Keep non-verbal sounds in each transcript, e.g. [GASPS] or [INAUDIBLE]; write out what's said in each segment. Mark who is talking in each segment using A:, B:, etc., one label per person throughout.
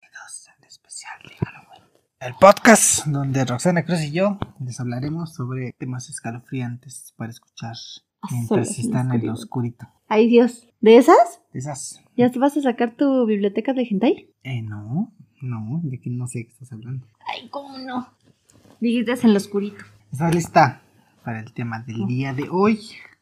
A: podcast en especial, dígalo, güey. El podcast donde Roxana Cruz y yo les hablaremos sobre temas escalofriantes para escuchar mientras
B: Solas en
A: están en
B: oscuridad.
A: lo oscurito.
B: Ay, Dios. ¿De esas?
A: Esas.
B: ¿Ya te vas a sacar tu biblioteca de hentai?
A: Eh, no, no, de que no sé qué estás hablando.
B: Ay, cómo no. Dijiste en lo oscurito.
A: ¿Estás lista para el tema del día de hoy?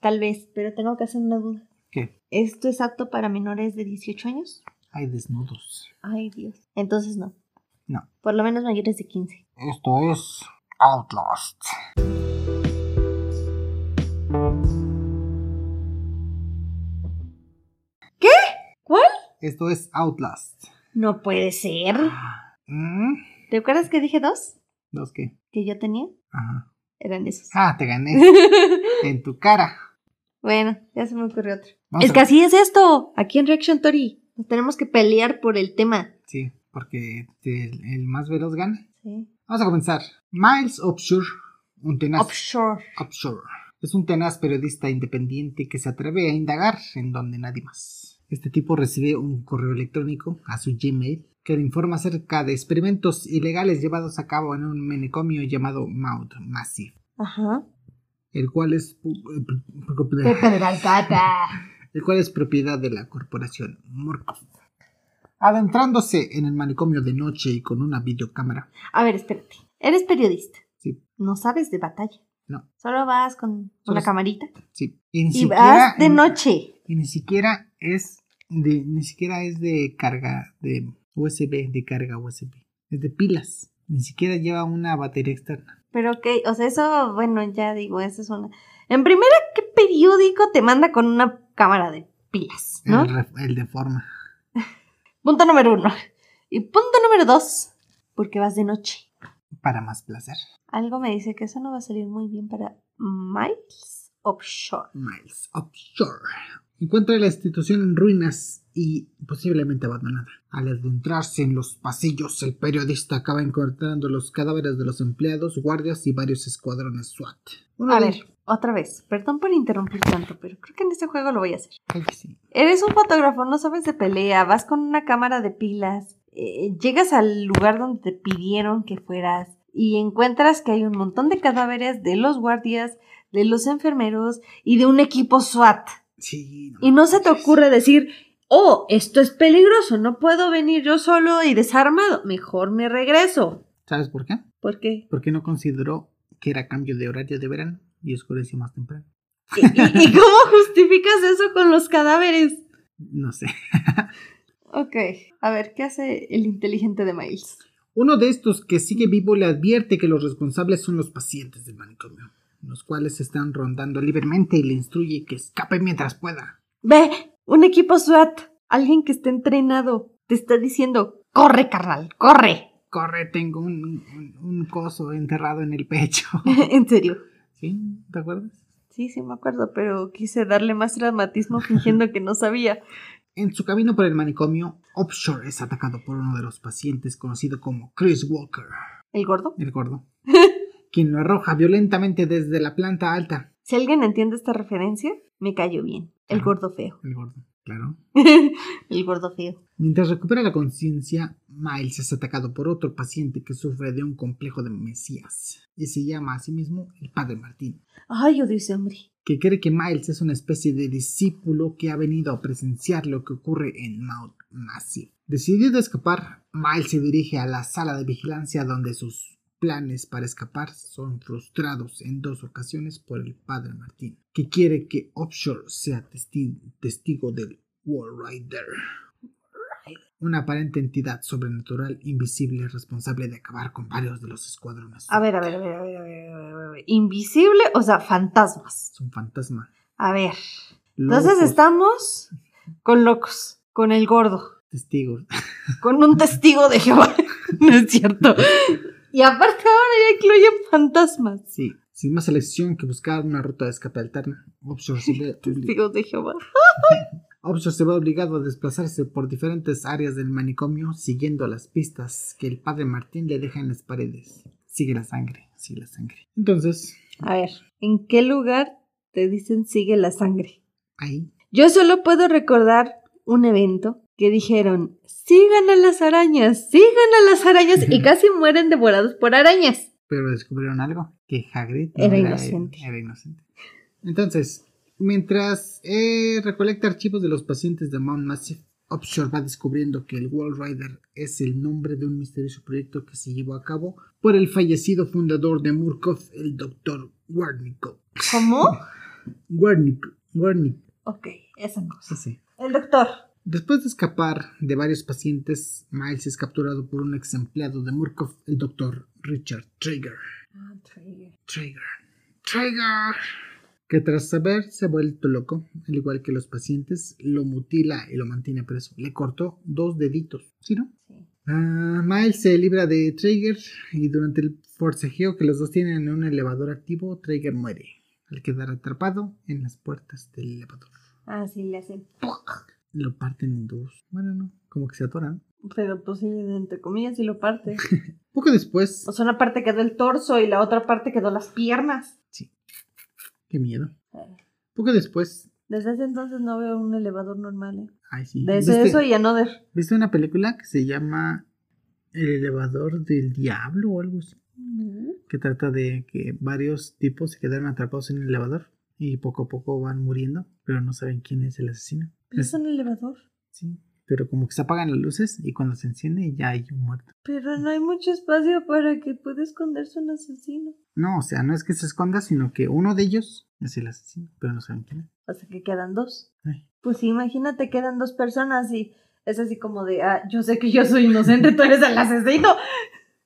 B: Tal vez, pero tengo que hacer una duda.
A: ¿Qué?
B: ¿Esto es apto para menores de 18 años?
A: Hay desnudos.
B: Ay, Dios. Entonces no.
A: No.
B: Por lo menos mayores de 15.
A: Esto es Outlast.
B: ¿Cuál?
A: Esto es Outlast.
B: No puede ser.
A: Mm,
B: ¿Te acuerdas que dije dos
A: ¿Los qué?
B: que yo tenía?
A: Ajá.
B: Eran esos.
A: Ah, te gané en tu cara.
B: [LAUGHS] bueno, ya se me ocurrió otro.
A: Vamos
B: es
A: a-
B: que así es esto. Aquí en Reaction Tori nos tenemos que pelear por el tema.
A: Sí, porque el, el más veloz gana.
B: Sí.
A: Vamos a comenzar. Miles Upshur, un tenaz.
B: Offshore.
A: Upshur. Es un tenaz periodista independiente que se atreve a indagar en donde nadie más. Este tipo recibe un correo electrónico a su Gmail que le informa acerca de experimentos ilegales llevados a cabo en un menecomio llamado Mount Massive,
B: Ajá.
A: el cual es pu-
B: Pepe de la Alcata.
A: el cual es propiedad de la corporación Murkoff. Adentrándose en el manicomio de noche y con una videocámara.
B: A ver, espérate. Eres periodista.
A: Sí.
B: No sabes de batalla.
A: No.
B: Solo vas con
A: Solo
B: una
A: es-
B: camarita.
A: Sí. Y ni
B: Y
A: siquiera-
B: vas de noche.
A: Y ni siquiera es de, ni siquiera es de carga de USB, de carga USB. Es de pilas. Ni siquiera lleva una batería externa.
B: Pero ok, o sea, eso, bueno, ya digo, eso es una... En primera, ¿qué periódico te manda con una cámara de pilas?
A: El,
B: ¿No?
A: re- el de forma.
B: Punto número uno. Y punto número dos, porque vas de noche.
A: Para más placer.
B: Algo me dice que eso no va a salir muy bien para Miles Offshore.
A: Miles Offshore. Encuentra la institución en ruinas y posiblemente abandonada. Al adentrarse en los pasillos, el periodista acaba encontrando los cadáveres de los empleados, guardias y varios escuadrones SWAT. Uno
B: A
A: de-
B: ver, otra vez, perdón por interrumpir tanto, pero creo que en este juego lo voy a hacer.
A: Ay, sí.
B: Eres un fotógrafo, no sabes de pelea, vas con una cámara de pilas, eh, llegas al lugar donde te pidieron que fueras y encuentras que hay un montón de cadáveres de los guardias, de los enfermeros y de un equipo SWAT.
A: Sí, no
B: Y no se te
A: manches.
B: ocurre decir, oh, esto es peligroso, no puedo venir yo solo y desarmado, mejor me regreso.
A: ¿Sabes por qué?
B: ¿Por [LAUGHS] qué?
A: Porque no consideró que era cambio de horario de verano y oscureció más temprano.
B: ¿Y, y- y cómo justificas eso con los cadáveres?
A: No sé.
B: Ok, a ver, ¿qué hace el inteligente de Miles?
A: Uno de estos que sigue vivo le advierte que los responsables son los pacientes del manicomio, los cuales están rondando libremente y le instruye que escape mientras pueda.
B: Ve, un equipo SWAT, alguien que esté entrenado, te está diciendo, corre, carnal, corre. [LAUGHS]
A: Corre, tengo un, un- un coso enterrado en el pecho. [LAUGHS]
B: en serio.
A: ¿Sí? ¿Te acuerdas?
B: Sí, sí, me acuerdo, pero quise darle más dramatismo fingiendo que no sabía.
A: En su camino por el manicomio, Offshore es atacado por uno de los pacientes conocido como Chris Walker,
B: ¿El gordo?
A: el gordo, quien lo arroja violentamente desde la planta alta.
B: Si alguien entiende esta referencia, me cayó bien. El
A: Ajá.
B: gordo feo. [LAUGHS]
A: El gordo, claro.
B: el gordo feo.
A: Mientras recupera la conciencia, Miles es atacado por otro paciente que sufre de un complejo de Mesías y se llama a sí mismo el Padre Martín,
B: Ay, odio ese hombre.
A: que cree que Miles es una especie de discípulo que ha venido a presenciar lo que ocurre en Mount Massive. Decidido a escapar, Miles se dirige a la sala de vigilancia donde sus planes para escapar son frustrados en dos ocasiones por el Padre Martín, que quiere que Offshore sea testi- testigo del War Rider una aparente entidad sobrenatural invisible responsable de acabar con varios de los escuadrones.
B: A ver, a ver, a ver, a ver, a ver, a ver, a ver. Invisible, o sea, fantasmas.
A: Es un fantasma.
B: A ver.
A: Locos,
B: Entonces estamos con locos, con el gordo.
A: Testigos.
B: con un testigo de Jehová. [LAUGHS] No es cierto. Y aparte ahora ya incluyen fantasmas,
A: Sí. Sin más elección que buscar una ruta de escape alterna, Obsor se, ve obli-
B: testigos de Jehová.
A: Obsor se ve obligado a desplazarse por diferentes áreas del manicomio siguiendo las pistas que el padre Martín le deja en las paredes. Sigue la sangre, sigue la sangre. Entonces,
B: A ver, ¿en qué lugar te dicen sigue la sangre?
A: ahí,
B: Yo solo puedo recordar un evento que dijeron, sigan a las arañas, sigan a las arañas [LAUGHS] y casi mueren devorados por arañas.
A: Pero descubrieron algo, que Hagrid no
B: Era inocente.
A: era inocente. Entonces, mientras eh, recolecta archivos de los pacientes de Mount Massive, Upshur va descubriendo que el Wall Rider es el nombre de un misterioso proyecto que se llevó a cabo por el fallecido fundador de Murkoff, el doctor Warnicko.
B: ¿Cómo?
A: Warnick, Warnick,
B: ok, esa no.
A: sí, sí.
B: El doctor.
A: Después de escapar de varios pacientes, Miles es capturado por un ex empleado de Murkoff, el doctor Richard Traeger.
B: Ah,
A: Traeger. Traeger. Que tras haberse vuelto loco, al igual que los pacientes, lo mutila y lo mantiene preso. Le cortó dos deditos, ¿sí no? Ah, Miles se libra de Traeger y durante el forcejeo que los dos tienen en un elevador activo, Traeger muere al quedar atrapado en las puertas del elevador.
B: Ah, sí, le hacen.
A: Lo parten en dos. Bueno, no, como que se atoran.
B: Pero pues sí, entre comillas, y lo parte.
A: Poco después.
B: O sea, una parte quedó el torso y la otra parte quedó las piernas.
A: Qué miedo.
B: Ah.
A: Poco después.
B: Desde ese entonces no veo un elevador normal. ¿eh?
A: Ay, sí. este
B: Desde
A: ¿Viste-
B: eso y Another.
A: ¿Viste una película que se llama El elevador del diablo o algo así? Que trata de que varios tipos se quedaron atrapados en el elevador y poco a poco van muriendo, pero no saben quién es el asesino.
B: Pero
A: Es-
B: es un elevador.
A: sí, pero como que se apagan las luces y cuando se enciende ya hay un muerto.
B: Pero no hay mucho espacio para que pueda esconderse un asesino.
A: No, o sea, no es que se esconda, sino que uno de ellos es el asesino, pero no saben quién es.
B: O sea que quedan dos.
A: Ay.
B: Pues sí, imagínate, quedan dos personas y es así como de, ah, yo sé que yo soy inocente, tú eres el asesino.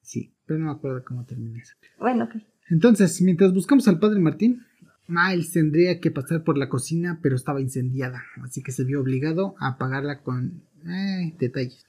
A: Sí, pero no me acuerdo cómo termina esa
B: Bueno, ok.
A: Entonces, mientras buscamos al padre Martín, Miles tendría que pasar por la cocina, pero estaba incendiada, así que se vio obligado a apagarla con eh, detalles.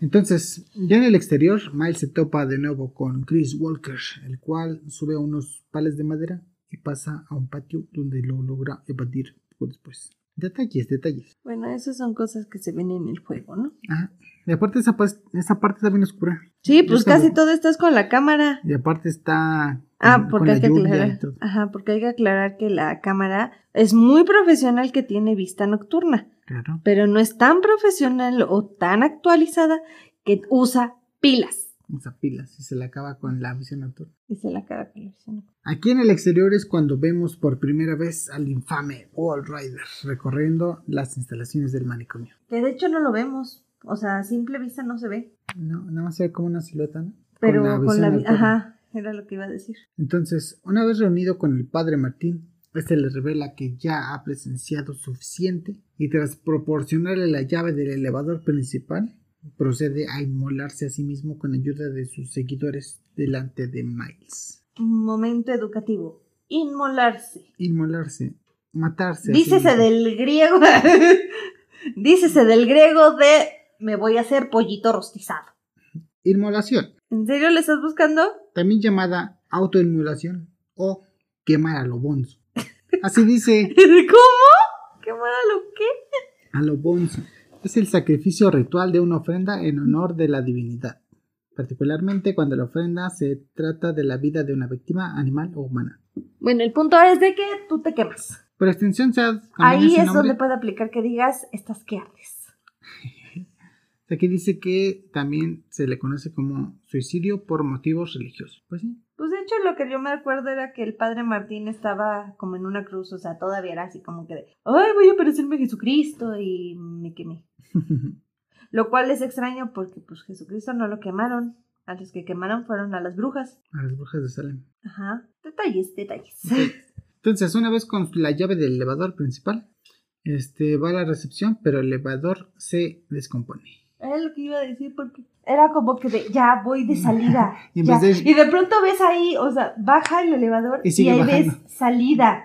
A: Entonces, ya en el exterior, Miles se topa de nuevo con Chris Walker, el cual sube a unos pales de madera y pasa a un patio donde lo logra evadir poco después. Detalles, detalles.
B: Bueno, esas son cosas que se ven en el juego, ¿no?
A: Ajá. Y aparte esa, pas- esa parte está bien oscura.
B: Sí, pues
A: Es como-
B: casi todo estás con la cámara.
A: Y aparte está con-
B: Ah,
A: con
B: porque
A: la
B: hay que
A: lluvia y
B: aclarar.
A: todo.
B: Ajá, porque hay que aclarar que la cámara es muy profesional que tiene vista nocturna,
A: Claro.
B: pero no es tan profesional o tan actualizada que usa pilas.
A: Usa pilas y se le acaba con la visión nocturna.
B: Y se la cara con la vista nocturna.
A: Aquí en el exterior es cuando vemos por primera vez al infame Wall Rider recorriendo las instalaciones del manicomio.
B: Que de hecho no lo vemos. O sea, a simple vista no se ve.
A: No, nada más se ve como una silueta, ¿no?
B: Pero con
A: visión
B: la, vi-
A: nocturna.
B: Ajá, era lo que iba a decir.
A: Entonces, una vez reunido con el padre Martín, este le revela que ya ha presenciado suficiente y tras proporcionarle la llave del elevador principal, procede a inmolarse a sí mismo con ayuda de sus seguidores delante de Miles.
B: Momento educativo. Inmolarse.
A: Inmolarse, matarse. a sí
B: Dícese
A: mismo.
B: del griego. [LAUGHS] Dícese del griego de me voy a hacer pollito rostizado.
A: Inmolación.
B: ¿En serio le estás buscando?
A: también llamada autoinmolación o quemar a lo bonzo. Así dice
B: [LAUGHS] ¿Cómo? ¿Qué malo qué?
A: a lo bonzo. Es el sacrificio ritual de una ofrenda en honor de la divinidad, particularmente cuando la ofrenda se trata de la vida de una víctima animal o humana.
B: Bueno, el punto es de que tú te quemas.
A: Por extensión se ha cambiado
B: Ahí
A: ese
B: es
A: nombre.
B: donde puede aplicar que digas, estás que ardes.
A: Aquí dice que también se le conoce como suicidio por motivos religiosos. Pues sí, [LAUGHS]
B: Pues de hecho lo que yo me acuerdo era que el padre Martín estaba como en una cruz, o sea, todavía era así como que de, ay, voy a parecerme a Jesucristo y me quemé. Lo cual es extraño porque pues Jesucristo no lo quemaron, a los que quemaron fueron a las brujas.
A: a las brujas de Salem.
B: Ajá, detalles, detalles.
A: Entonces, una vez con la llave del elevador principal, este va a la recepción, pero el elevador se descompone.
B: Era lo que iba a decir porque era como que de, ya voy de salida.
A: [LAUGHS] Y en
B: ya.
A: vez de-
B: Y de pronto ves ahí, o sea, baja el elevador
A: Y
B: y,
A: sigue
B: ahí
A: bajando.
B: ves salida.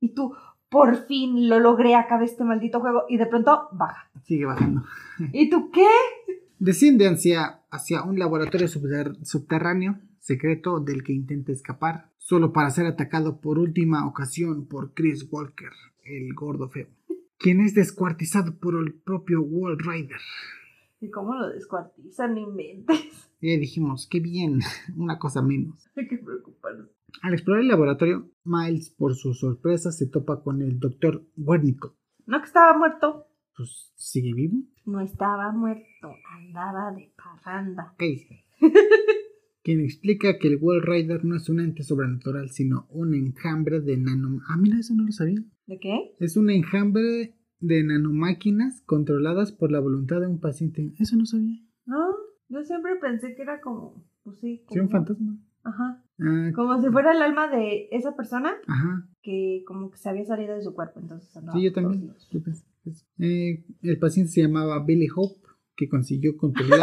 B: Y tú, por fin lo logré, acabé este maldito juego. Y de pronto
A: [LAUGHS]
B: baja.
A: Sigue bajando.
B: ¿Y tú qué?
A: Desciende hacia, hacia un laboratorio subter- subterráneo secreto del que intenta escapar, solo para ser atacado por última ocasión por Chris Walker, el gordo feo, quien es descuartizado por el propio Wall Rider.
B: ¿Y cómo lo descuartizan? No inventes. [LAUGHS]
A: Y ahí dijimos, qué bien, [LAUGHS] una cosa menos.
B: Hay que preocuparse.
A: Al explorar el laboratorio, Miles, por su sorpresa, se topa con el doctor Wernicott.
B: No que estaba muerto.
A: pues sigue vivo.
B: No estaba muerto, andaba de parranda.
A: ¿Qué dice? [LAUGHS] Quien explica que el Wall Rider no es un ente sobrenatural, sino un enjambre de nano... Ah, mira, eso no lo sabía.
B: ¿De qué?
A: Es un enjambre de nanomáquinas controladas por la voluntad de un paciente. Eso no sabía.
B: No, yo siempre pensé que era como, pues sí.
A: Sí,
B: como-
A: un fantasma.
B: Ajá.
A: Ah,
B: Como si fuera el alma de esa persona
A: ajá.
B: que como que se había salido de su cuerpo, entonces andaba
A: Sí, yo
B: por todos
A: también.
B: lados.
A: yo pensé eso. Eh, el paciente se llamaba Billy Hope, que consiguió controlar.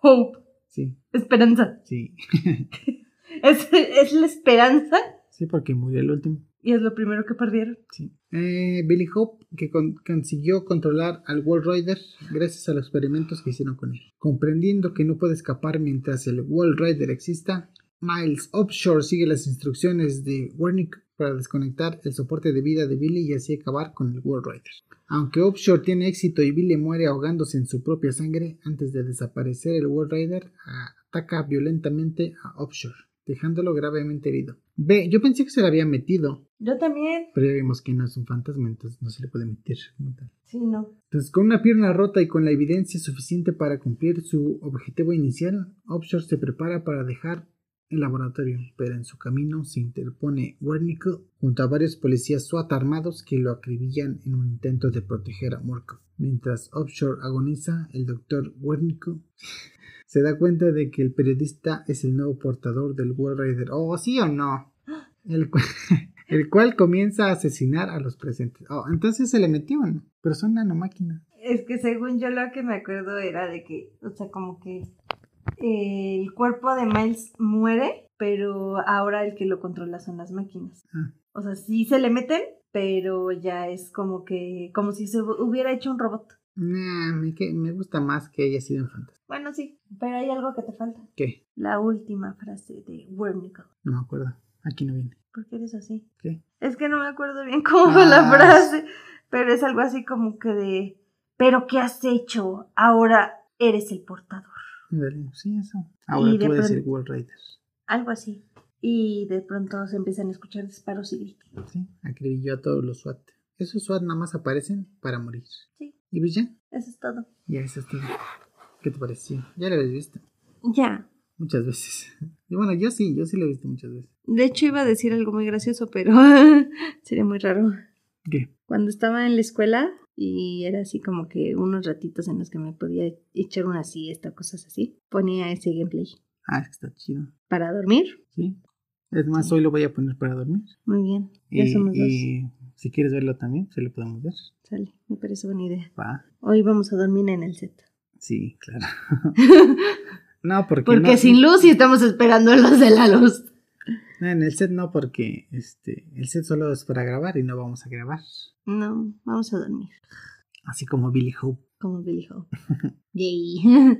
B: Hope,
A: Sí,
B: esperanza. [LAUGHS]
A: sí.
B: Es, es la esperanza
A: Sí, porque murió el último.
B: y es lo primero que perdieron.
A: Sí. Eh, Billy Hope, que con- consiguió controlar al Wall Rider gracias a los experimentos que hicieron con él. Comprendiendo que no puede escapar mientras el Wall Rider exista, Miles Offshore sigue las instrucciones de Wernick para desconectar el soporte de vida de Billy y así acabar con el Wall Rider. Aunque Offshore tiene éxito y Billy muere ahogándose en su propia sangre, antes de desaparecer el World Rider ataca violentamente a Offshore, dejándolo gravemente herido. Ve, yo pensé que se le había metido,
B: Yo también.
A: pero ya vimos que no es un fantasma, entonces no se le puede meter. como tal.
B: Sí, no.
A: Entonces, con una pierna rota y con la evidencia suficiente para cumplir su objetivo inicial, Offshore se prepara para dejar el laboratorio, pero en su camino se interpone Wernicke junto a varios policías SWAT armados que lo acribillan en un intento de proteger a Murkoff. Mientras Offshore agoniza, el doctor Wernicke [LAUGHS] se da cuenta de que el periodista es el nuevo portador del World Raider. ¿Oh, sí o no? El, cu- el cual comienza a asesinar a los presentes. Oh, entonces se le metió, ¿no? Pero son nanomáquinas.
B: Es que según yo lo que me acuerdo era de que, o sea, como que eh, el cuerpo de Miles muere, pero ahora el que lo controla son las máquinas.
A: Ah.
B: O sea, sí se le meten, pero ya es como que, como si se hu- hubiera hecho un robot.
A: Nah, me, que- me gusta más que haya sido un fantasma.
B: Bueno, sí, pero hay algo que te falta.
A: ¿Qué?
B: La última frase de Wernicke.
A: No me acuerdo. Aquí no viene.
B: ¿Por qué eres así?
A: ¿Qué?
B: Es que no me acuerdo bien [LAUGHS] cómo fue
A: Ah.
B: la frase, pero es algo así como que de, pero ¿qué has hecho? Ahora eres el portador.
A: Ándale, Sí, eso. Ahora
B: Y
A: tú
B: de
A: eres el
B: pronto-
A: World Raider.
B: algo así. Y de pronto se empiezan a escuchar disparos y gritos.
A: Sí, acribilló a todos los SWAT. Esos SWAT nada más aparecen para morir.
B: Sí.
A: ¿Y pues ya?
B: Eso es todo.
A: Ya, eso es todo. ¿Qué te pareció? Ya lo habías visto
B: Ya.
A: muchas veces. [LAUGHS] Y bueno, yo sí, yo sí lo he visto muchas veces.
B: De hecho, iba a decir algo muy gracioso, pero [LAUGHS] sería muy raro.
A: ¿Qué?
B: Cuando estaba en la escuela y era así como que unos ratitos en los que me podía echar una siesta, cosas así, ponía ese gameplay
A: Ah, es que está chido.
B: para dormir.
A: Sí. Es más, hoy lo voy a poner para dormir.
B: Muy bien. Ya
A: Y,
B: somos dos.
A: y si quieres verlo también, se lo podemos ver.
B: Sale, me parece buena idea.
A: Va.
B: Hoy vamos a dormir en el set.
A: Sí,
B: [LAUGHS]
A: claro. no, porque.
B: Porque
A: no-
B: sin luz y estamos esperando los de la luz.
A: No, en el set no, porque este, el set solo es para grabar y no vamos a grabar.
B: No, vamos a dormir.
A: Así como Billy Hope.
B: Como Billy Hope.
A: [LAUGHS]
B: Yay.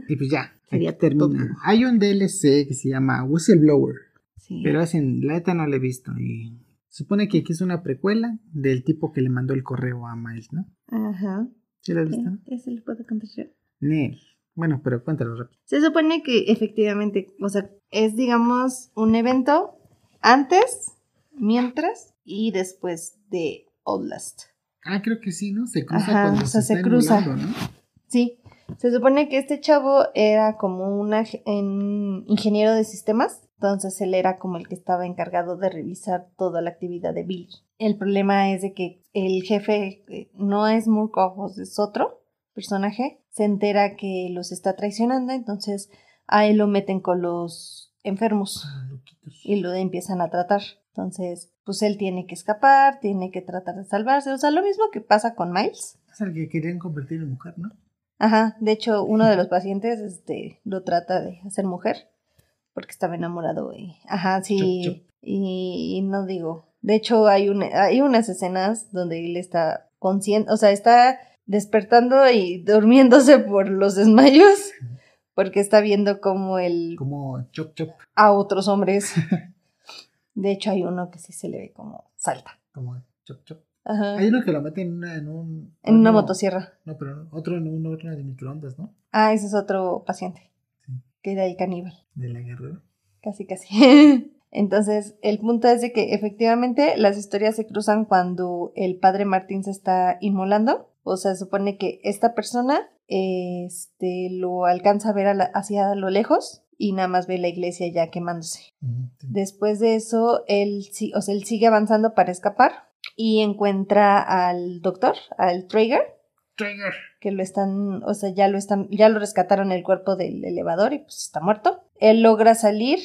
A: Y pues ya,
B: Sería
A: aquí termina.
B: todo.
A: Hay un DLC que se llama Whistleblower,
B: [LAUGHS] Sí.
A: pero hacen, la neta no lo he visto. Y supone que aquí es una precuela del tipo que le mandó el correo a Miles, ¿no?
B: Ajá. Eh,
A: ¿Sí lo has visto?
B: ¿Eso Ese lo puedo contar yo.
A: Nel. Bueno, pero cuéntalo rápido.
B: Se supone que efectivamente, o sea, es digamos un evento antes, mientras y después de Outlast.
A: Ah, creo que sí, ¿no? Se cruza
B: Ajá,
A: cuando
B: o sea, se
A: está
B: cruza.
A: emulando, ¿no?
B: Sí. Se supone que este chavo era como un ag- en- ingeniero de sistemas, entonces él era como el que estaba encargado de revisar toda la actividad de Billy. El problema es de que el jefe eh, no es Murkoff, o sea, es otro personaje, se entera que los está traicionando, entonces a él lo meten con los enfermos
A: Ah, loquitos.
B: y lo empiezan a tratar. Entonces, pues él tiene que escapar, tiene que tratar de salvarse, o sea, lo mismo que pasa con Miles.
A: Es el que querían convertir en mujer, ¿no?
B: Ajá, de hecho, uno de los pacientes este, lo trata de hacer mujer porque estaba enamorado y, ajá, sí,
A: Chup, chup.
B: Y, y no digo. De hecho, hay, un, hay unas escenas donde él está consciente, o sea, está despertando y durmiéndose por los desmayos porque está viendo como el
A: Como chop chop,
B: a otros hombres.
A: [LAUGHS]
B: De hecho, hay uno que sí se le ve como salta.
A: como chop chop.
B: Ajá.
A: Hay uno que lo meten en, una- en un...
B: En una
A: horno-
B: motosierra.
A: No, pero otro en un horno de microondas, ¿no?
B: Ah, ese es otro paciente
A: Sí.
B: que era el caníbal.
A: De la guerrera.
B: Casi, casi. [LAUGHS] Entonces, el punto es de que efectivamente las historias se cruzan cuando el padre Martín se está inmolando O sea, supone que esta persona este, lo alcanza a ver a la- hacia lo lejos y nada más ve la iglesia ya quemándose.
A: Mm, sí.
B: Después de eso, él, si- o sea, él sigue avanzando para escapar y encuentra al doctor, al Traeger,
A: Trigger.
B: que lo están, o sea, ya lo están, ya lo rescataron el cuerpo del elevador y pues está muerto. Él logra salir,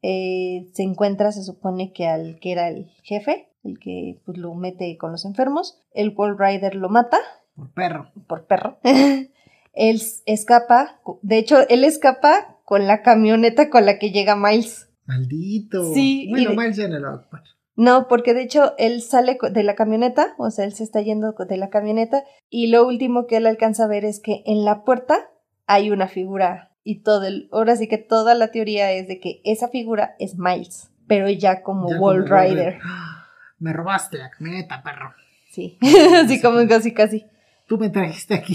B: eh, se encuentra, se supone que al que era el jefe, el que pues, lo mete con los enfermos, el Wall Rider lo mata
A: Por perro.
B: por perro. [LAUGHS] él s- escapa, de hecho, él escapa con la camioneta con la que llega Miles.
A: Maldito.
B: Sí, y
A: Bueno,
B: de-
A: mal pues. ya no lo va a ocupar.
B: No, porque de hecho él sale co- de la camioneta, o sea, él se está yendo co- de la camioneta y lo último que él alcanza a ver es que en la puerta hay una figura y todo el, ahora sí que toda la teoría es de que esa figura es Miles, pero ya como
A: Ya
B: Wall
A: como Wall
B: Rider,
A: Rider. [GASPS] Me robaste la camioneta, perro.
B: sí, [LAUGHS] así como casi casi,
A: Tú me trajiste aquí.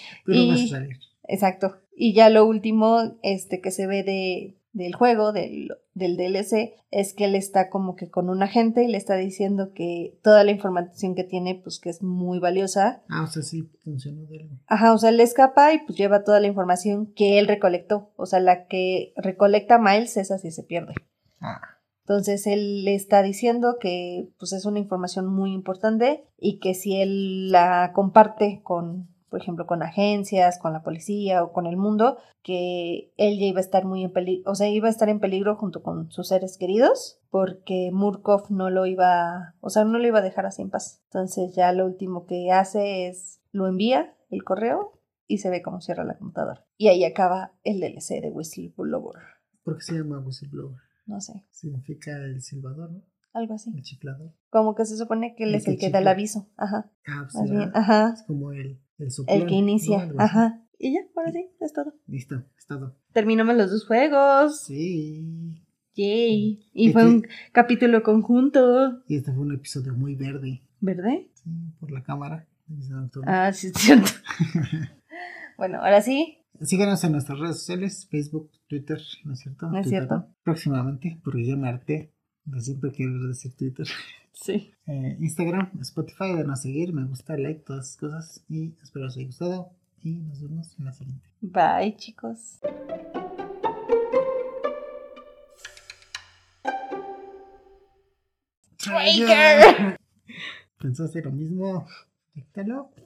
A: [LAUGHS] Tú no
B: Y-
A: vas a salir.
B: exacto. Y ya lo último, este, que se ve de del juego, del, del DLC, es que él está como que con un agente y le está diciendo que toda la información que tiene, pues que es muy valiosa
A: Ah, o sea, sí funcionó de algo.
B: Ajá, o sea, él escapa y pues lleva toda la información que él recolectó. O sea, la que recolecta Miles, esa sí se pierde.
A: Ah.
B: Entonces él le está diciendo que pues es una información muy importante y que si él la comparte con, por ejemplo, con agencias, con la policía o con el mundo, que él ya iba a estar muy en peligro, o sea, iba a estar en peligro junto con sus seres queridos porque Murkov no lo iba, o sea, no lo iba a dejar así en paz. Entonces ya lo último que hace es lo envía el correo y se ve cómo cierra la computadora. Y ahí acaba el DLC de Whistleblower.
A: ¿Por qué se llama whistleblower?
B: No sé,
A: Significa el silbador, ¿no?
B: algo así.
A: El chiflador.
B: Como que se supone que él
A: El
B: es el
A: que
B: que da el
A: chifla.
B: aviso. Ajá.
A: Ah, pues,
B: Más
A: sí,
B: bien.
A: ¿verdad?
B: Ajá.
A: Es como el, el soplón,
B: El que inicia.
A: ¿no? Algo así.
B: Ajá. Y ya, ahora sí, es todo.
A: Listo, está todo.
B: Terminamos los dos juegos.
A: Sí. Mm.
B: Yay. Y
A: ¿Y
B: fue
A: qué?
B: un capítulo conjunto.
A: Y este fue un episodio muy verde.
B: ¿Verdad?
A: Sí, por la cámara. Dice doctor.
B: Ah, sí, es cierto.
A: [LAUGHS]
B: bueno, ahora sí.
A: Síganos en nuestras redes sociales, Facebook, Twitter, ¿no es cierto?
B: No es
A: Twitter,
B: cierto.
A: Próximamente, porque ya me harté de siempre querer decir Twitter. [LAUGHS]
B: Sí.
A: Eh, Instagram, Spotify, de no seguir, me gusta, like, todas esas cosas. Y espero os haya gustado. Y nos vemos en la siguiente.
B: Bye, chicos. Trigger.
A: [LAUGHS] ¿Pensaste lo mismo? Díctalo.